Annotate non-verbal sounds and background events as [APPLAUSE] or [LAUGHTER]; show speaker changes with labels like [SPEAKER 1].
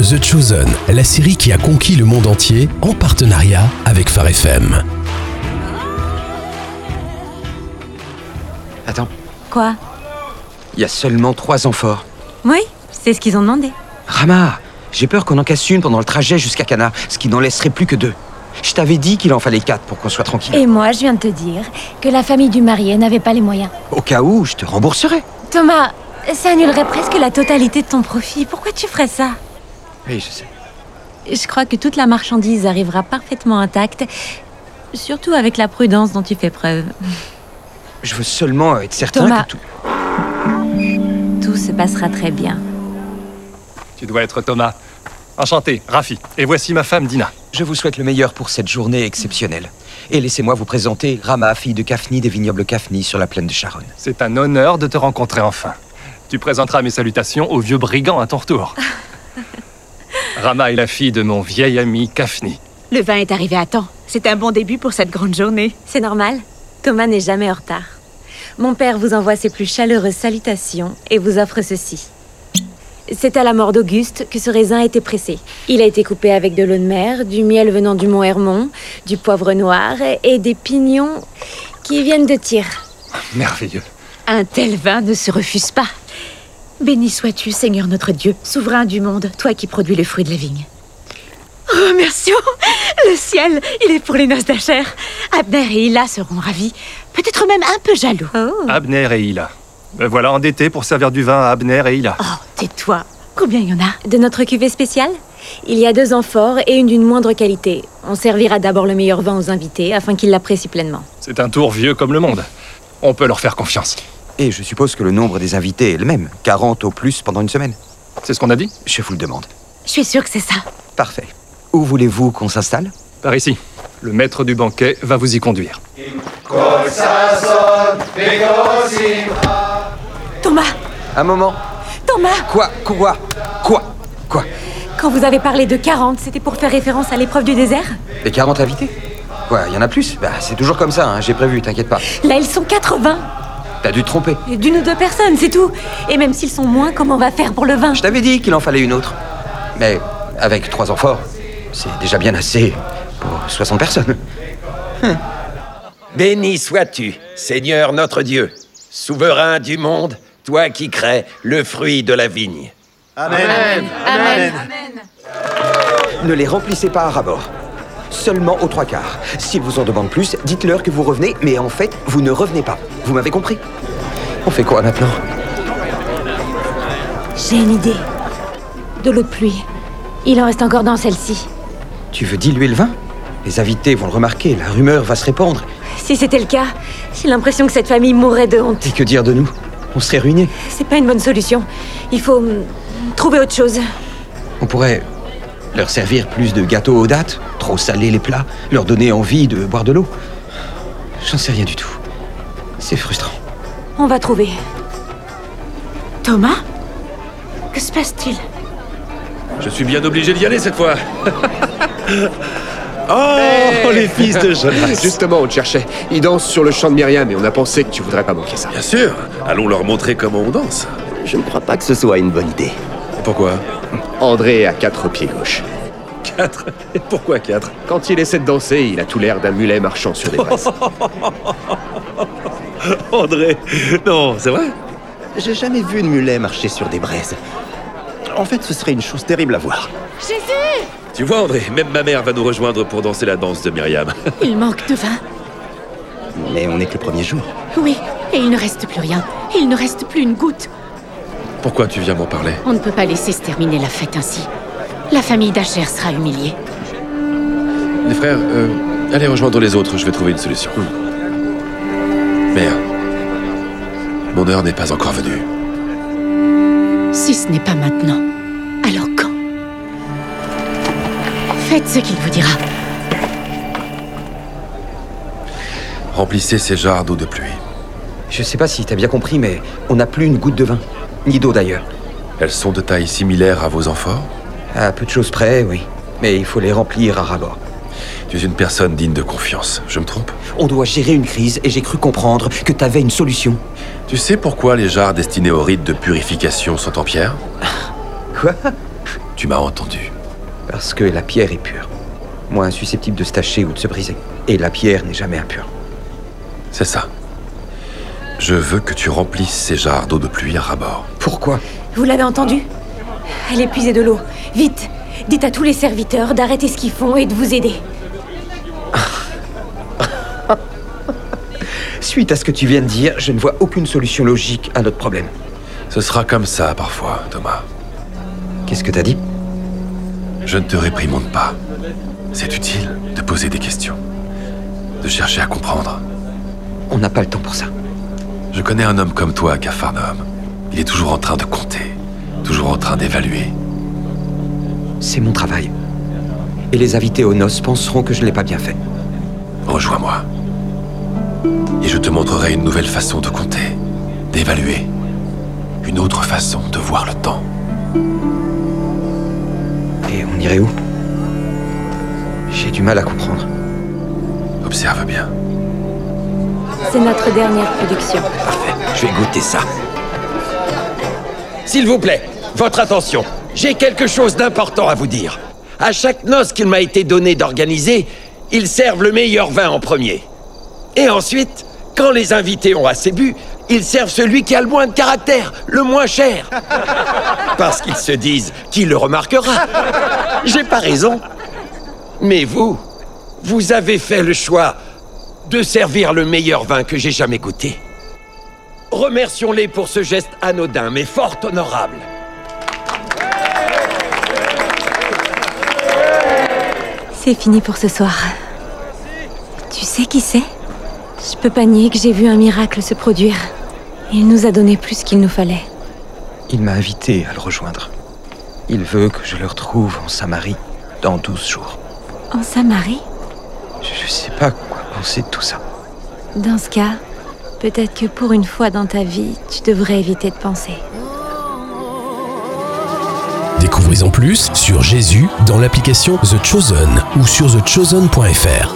[SPEAKER 1] The Chosen, la série qui a conquis le monde entier en partenariat avec Phare FM.
[SPEAKER 2] Attends,
[SPEAKER 3] Quoi
[SPEAKER 2] il y a seulement trois amphores.
[SPEAKER 3] Oui, c'est ce qu'ils ont demandé.
[SPEAKER 2] Rama, j'ai peur qu'on en casse une pendant le trajet jusqu'à Cana, ce qui n'en laisserait plus que deux. Je t'avais dit qu'il en fallait quatre pour qu'on soit tranquille.
[SPEAKER 3] Et moi, je viens de te dire que la famille du marié n'avait pas les moyens.
[SPEAKER 2] Au cas où, je te rembourserai.
[SPEAKER 3] Thomas, ça annulerait presque la totalité de ton profit. Pourquoi tu ferais ça
[SPEAKER 2] Oui, je sais.
[SPEAKER 3] Je crois que toute la marchandise arrivera parfaitement intacte, surtout avec la prudence dont tu fais preuve.
[SPEAKER 2] Je veux seulement être certain
[SPEAKER 3] Thomas.
[SPEAKER 2] que tout.
[SPEAKER 3] Tout se passera très bien.
[SPEAKER 4] Tu dois être Thomas. Enchanté, Rafi. Et voici ma femme Dina.
[SPEAKER 2] Je vous souhaite le meilleur pour cette journée exceptionnelle. Et laissez-moi vous présenter Rama, fille de Cafni des vignobles Cafni sur la plaine de Charonne.
[SPEAKER 4] C'est un honneur de te rencontrer enfin. Tu présenteras mes salutations au vieux brigand à ton retour. Rama est la fille de mon vieil ami Kafni.
[SPEAKER 5] Le vin est arrivé à temps. C'est un bon début pour cette grande journée.
[SPEAKER 3] C'est normal, Thomas n'est jamais en retard. Mon père vous envoie ses plus chaleureuses salutations et vous offre ceci. C'est à la mort d'Auguste que ce raisin a été pressé. Il a été coupé avec de l'eau de mer, du miel venant du mont Hermon, du poivre noir et des pignons qui viennent de Tyr.
[SPEAKER 4] Merveilleux.
[SPEAKER 5] Un tel vin ne se refuse pas. Béni sois-tu, Seigneur notre Dieu, souverain du monde, toi qui produis le fruit de la vigne. Remercions le ciel, il est pour les noces d'Acher. Abner et Hila seront ravis, peut-être même un peu jaloux.
[SPEAKER 3] Oh,
[SPEAKER 4] Abner et Hila. Me voilà endetté pour servir du vin à Abner et Hila.
[SPEAKER 5] Oh, tais-toi. Combien il y en a
[SPEAKER 3] de notre cuvée spéciale Il y a deux amphores et une d'une moindre qualité. On servira d'abord le meilleur vin aux invités afin qu'ils l'apprécient pleinement.
[SPEAKER 4] C'est un tour vieux comme le monde. On peut leur faire confiance.
[SPEAKER 2] Et je suppose que le nombre des invités est le même 40 au plus pendant une semaine.
[SPEAKER 4] C'est ce qu'on a dit
[SPEAKER 2] Je vous le demande.
[SPEAKER 5] Je suis sûre que c'est ça.
[SPEAKER 2] Parfait. Où voulez-vous qu'on s'installe
[SPEAKER 4] Par ici. Le maître du banquet va vous y conduire.
[SPEAKER 3] Thomas
[SPEAKER 2] Un moment.
[SPEAKER 3] Thomas
[SPEAKER 2] Quoi Quoi Quoi Quoi
[SPEAKER 3] Quand vous avez parlé de 40, c'était pour faire référence à l'épreuve du désert
[SPEAKER 2] Les 40 invités Quoi, il y en a plus Bah, c'est toujours comme ça, hein, j'ai prévu, t'inquiète pas.
[SPEAKER 3] Là, ils sont 80
[SPEAKER 2] T'as dû te tromper.
[SPEAKER 3] Et D'une ou deux personnes, c'est tout Et même s'ils sont moins, comment on va faire pour le vin
[SPEAKER 2] Je t'avais dit qu'il en fallait une autre. Mais avec trois enfants, c'est déjà bien assez pour 60 personnes.
[SPEAKER 6] Béni sois-tu, Seigneur notre Dieu, souverain du monde, toi qui crées le fruit de la vigne.
[SPEAKER 2] Ne les remplissez pas à rabord. Seulement aux trois quarts. S'ils vous en demandent plus, dites-leur que vous revenez, mais en fait, vous ne revenez pas. Vous m'avez compris On fait quoi maintenant
[SPEAKER 3] J'ai une idée. De l'eau de pluie. Il en reste encore dans celle-ci.
[SPEAKER 2] Tu veux diluer le vin Les invités vont le remarquer, la rumeur va se répandre.
[SPEAKER 3] Si c'était le cas, j'ai l'impression que cette famille mourrait de honte.
[SPEAKER 2] Et que dire de nous On serait ruinés.
[SPEAKER 3] C'est pas une bonne solution. Il faut hum, trouver autre chose.
[SPEAKER 2] On pourrait leur servir plus de gâteaux aux dates, trop saler les plats, leur donner envie de boire de l'eau. J'en sais rien du tout. C'est frustrant.
[SPEAKER 3] On va trouver.
[SPEAKER 5] Thomas Que se passe-t-il
[SPEAKER 7] Je suis bien obligé d'y aller cette fois. [LAUGHS] oh, les fils de Jonas.
[SPEAKER 8] Justement, on te cherchait. Ils dansent sur le champ de Myriam et on a pensé que tu voudrais pas manquer ça.
[SPEAKER 7] Bien sûr, allons leur montrer comment on danse.
[SPEAKER 6] Je ne crois pas que ce soit une bonne idée.
[SPEAKER 7] Pourquoi
[SPEAKER 8] André a quatre pieds gauche.
[SPEAKER 7] Quatre Et pourquoi quatre
[SPEAKER 8] Quand il essaie de danser, il a tout l'air d'un mulet marchant
[SPEAKER 7] [LAUGHS]
[SPEAKER 8] sur des braises.
[SPEAKER 7] André Non, c'est vrai
[SPEAKER 6] J'ai jamais vu une mulet marcher sur des braises. En fait, ce serait une chose terrible à voir.
[SPEAKER 7] Tu vois, André, même ma mère va nous rejoindre pour danser la danse de Myriam. [LAUGHS]
[SPEAKER 5] Il manque de vin.
[SPEAKER 6] Mais on n'est que le premier jour.
[SPEAKER 5] Oui, et il ne reste plus rien. Il ne reste plus une goutte.
[SPEAKER 7] Pourquoi tu viens m'en parler
[SPEAKER 5] On ne peut pas laisser se terminer la fête ainsi. La famille d'Acher sera humiliée.
[SPEAKER 7] Les frères, euh, allez rejoindre les autres, je vais trouver une solution. Hmm. Mère, mon heure n'est pas encore venue.
[SPEAKER 5] Si ce n'est pas maintenant, alors quand Faites ce qu'il vous dira.
[SPEAKER 7] Remplissez ces jarres d'eau de pluie.
[SPEAKER 2] Je sais pas si t'as bien compris, mais on n'a plus une goutte de vin. Ni d'eau d'ailleurs.
[SPEAKER 7] Elles sont de taille similaire à vos amphores
[SPEAKER 2] À peu de choses près, oui. Mais il faut les remplir à rabord.
[SPEAKER 7] Tu es une personne digne de confiance, je me trompe
[SPEAKER 2] On doit gérer une crise et j'ai cru comprendre que t'avais une solution.
[SPEAKER 7] Tu sais pourquoi les jarres destinées aux rites de purification sont en pierre
[SPEAKER 2] Quoi
[SPEAKER 7] Tu m'as entendu.
[SPEAKER 2] Parce que la pierre est pure. Moins susceptible de se tacher ou de se briser. Et la pierre n'est jamais impure.
[SPEAKER 7] C'est ça. Je veux que tu remplisses ces jarres d'eau de pluie à rabord.
[SPEAKER 2] Pourquoi
[SPEAKER 3] Vous l'avez entendu Elle est puisée de l'eau. Vite Dites à tous les serviteurs d'arrêter ce qu'ils font et de vous aider.
[SPEAKER 2] Suite à ce que tu viens de dire, je ne vois aucune solution logique à notre problème.
[SPEAKER 7] Ce sera comme ça parfois, Thomas.
[SPEAKER 2] Qu'est-ce que t'as dit
[SPEAKER 7] Je ne te réprimande pas. C'est utile de poser des questions, de chercher à comprendre.
[SPEAKER 2] On n'a pas le temps pour ça.
[SPEAKER 7] Je connais un homme comme toi à Capharnaüm. Il est toujours en train de compter, toujours en train d'évaluer.
[SPEAKER 2] C'est mon travail. Et les invités aux noces penseront que je ne l'ai pas bien fait.
[SPEAKER 7] Rejoins-moi. Et je te montrerai une nouvelle façon de compter, d'évaluer. Une autre façon de voir le temps.
[SPEAKER 2] Et on irait où J'ai du mal à comprendre.
[SPEAKER 7] Observe bien.
[SPEAKER 3] C'est notre dernière production.
[SPEAKER 6] Parfait, je vais goûter ça. S'il vous plaît, votre attention. J'ai quelque chose d'important à vous dire. À chaque noce qu'il m'a été donné d'organiser, ils servent le meilleur vin en premier. Et ensuite, quand les invités ont assez bu, ils servent celui qui a le moins de caractère, le moins cher. [LAUGHS] Parce qu'ils se disent qui le remarquera. J'ai pas raison. Mais vous, vous avez fait le choix de servir le meilleur vin que j'ai jamais goûté. Remercions-les pour ce geste anodin mais fort honorable.
[SPEAKER 3] C'est fini pour ce soir. Tu sais qui c'est Je peux pas nier que j'ai vu un miracle se produire. Il nous a donné plus qu'il nous fallait.
[SPEAKER 2] Il m'a invité à le rejoindre. Il veut que je le retrouve en Samarie dans 12 jours.
[SPEAKER 3] En Samarie
[SPEAKER 2] Je ne sais pas quoi penser de tout ça.
[SPEAKER 3] Dans ce cas, peut-être que pour une fois dans ta vie, tu devrais éviter de penser.
[SPEAKER 1] Découvrez en plus sur Jésus dans l'application The Chosen ou sur thechosen.fr.